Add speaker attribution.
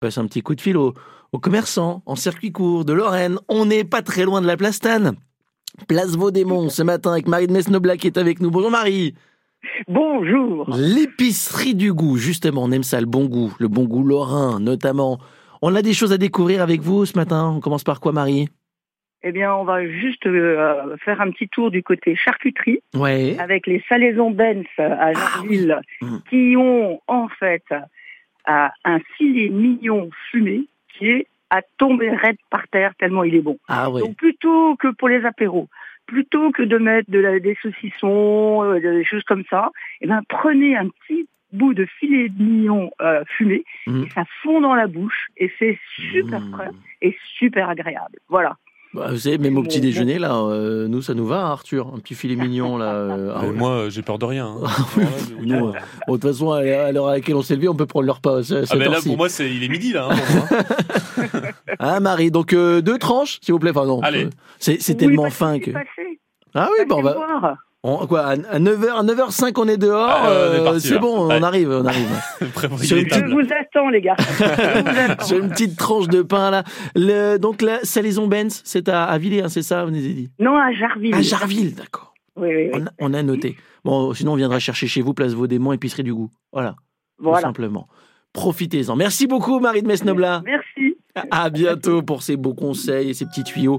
Speaker 1: passe un petit coup de fil aux, aux commerçants en circuit court de Lorraine. On n'est pas très loin de la plastane. Place Vaudémont ce matin avec Marie de Mesnoblat qui est avec nous. Bonjour Marie.
Speaker 2: Bonjour.
Speaker 1: L'épicerie du goût, justement, on aime ça, le bon goût, le bon goût lorrain notamment. On a des choses à découvrir avec vous ce matin. On commence par quoi Marie
Speaker 2: Eh bien, on va juste euh, faire un petit tour du côté charcuterie
Speaker 1: Ouais.
Speaker 2: avec les salaisons Benz à Jarville
Speaker 1: Hum.
Speaker 2: qui ont en fait euh, un filet mignon fumé qui est à tomber raide par terre tellement il est bon.
Speaker 1: Ah ouais.
Speaker 2: Donc plutôt que pour les apéros, plutôt que de mettre de la- des saucissons, euh, des choses comme ça, eh ben, prenez un petit bout de filet de mignon euh, fumé
Speaker 1: Mm.
Speaker 2: et ça fond dans la bouche et c'est super
Speaker 1: Mmh.
Speaker 2: frais et super agréable. Voilà.
Speaker 1: Bah, vous savez, même au
Speaker 2: Bon,
Speaker 1: petit
Speaker 2: bon.
Speaker 1: déjeuner, là, euh, nous, ça nous va, hein, Arthur. Un petit filet mignon, là. euh, ah
Speaker 3: Mais
Speaker 1: ouais.
Speaker 3: Moi, euh, j'ai peur de rien. hein.
Speaker 1: Nous, euh, bon, de toute façon, à l'heure à l'heure à laquelle on s'est levé, on peut prendre leur pas.
Speaker 3: Ah ben là, pour moi, c'est il est midi là. hein, pour moi, hein.
Speaker 1: Ah, Marie, donc euh, deux tranches, s'il vous plaît. Enfin, non.
Speaker 3: Allez.
Speaker 1: euh, C'est c'est
Speaker 2: Oui,
Speaker 1: tellement
Speaker 2: parce
Speaker 1: fin
Speaker 2: c'est
Speaker 1: que.
Speaker 2: passé.
Speaker 1: Ah oui,
Speaker 2: Passez
Speaker 1: bon, on va-
Speaker 2: voir.
Speaker 1: on- quoi, à 9h, 9h05, on est dehors.
Speaker 3: Ah, on est
Speaker 1: euh,
Speaker 3: parti,
Speaker 1: c'est
Speaker 3: là.
Speaker 1: bon, on
Speaker 3: Ouais.
Speaker 1: arrive, on arrive.
Speaker 3: Prévoyez
Speaker 1: Sur
Speaker 3: les
Speaker 1: une
Speaker 2: Je
Speaker 3: tables.
Speaker 2: vous attends les gars. Je vous attends.
Speaker 1: J'ai une petite tranche de pain, là. Le- donc, la salaison Benz, c'est à, à Villers, hein, c'est ça, vous nous avez dit
Speaker 2: Non à Jarville.
Speaker 1: À Jarville, Ah, d'accord.
Speaker 2: Oui, oui, oui.
Speaker 1: On, a- on a noté. Bon, sinon, on viendra chercher chez vous, place Vaudémont, épicerie du goût. Voilà. tout
Speaker 2: Voilà.
Speaker 1: simplement. Profitez-en. Merci beaucoup, Marie de Mesnoblat.
Speaker 2: Merci.
Speaker 1: À bientôt pour ces beaux conseils et ces petits tuyaux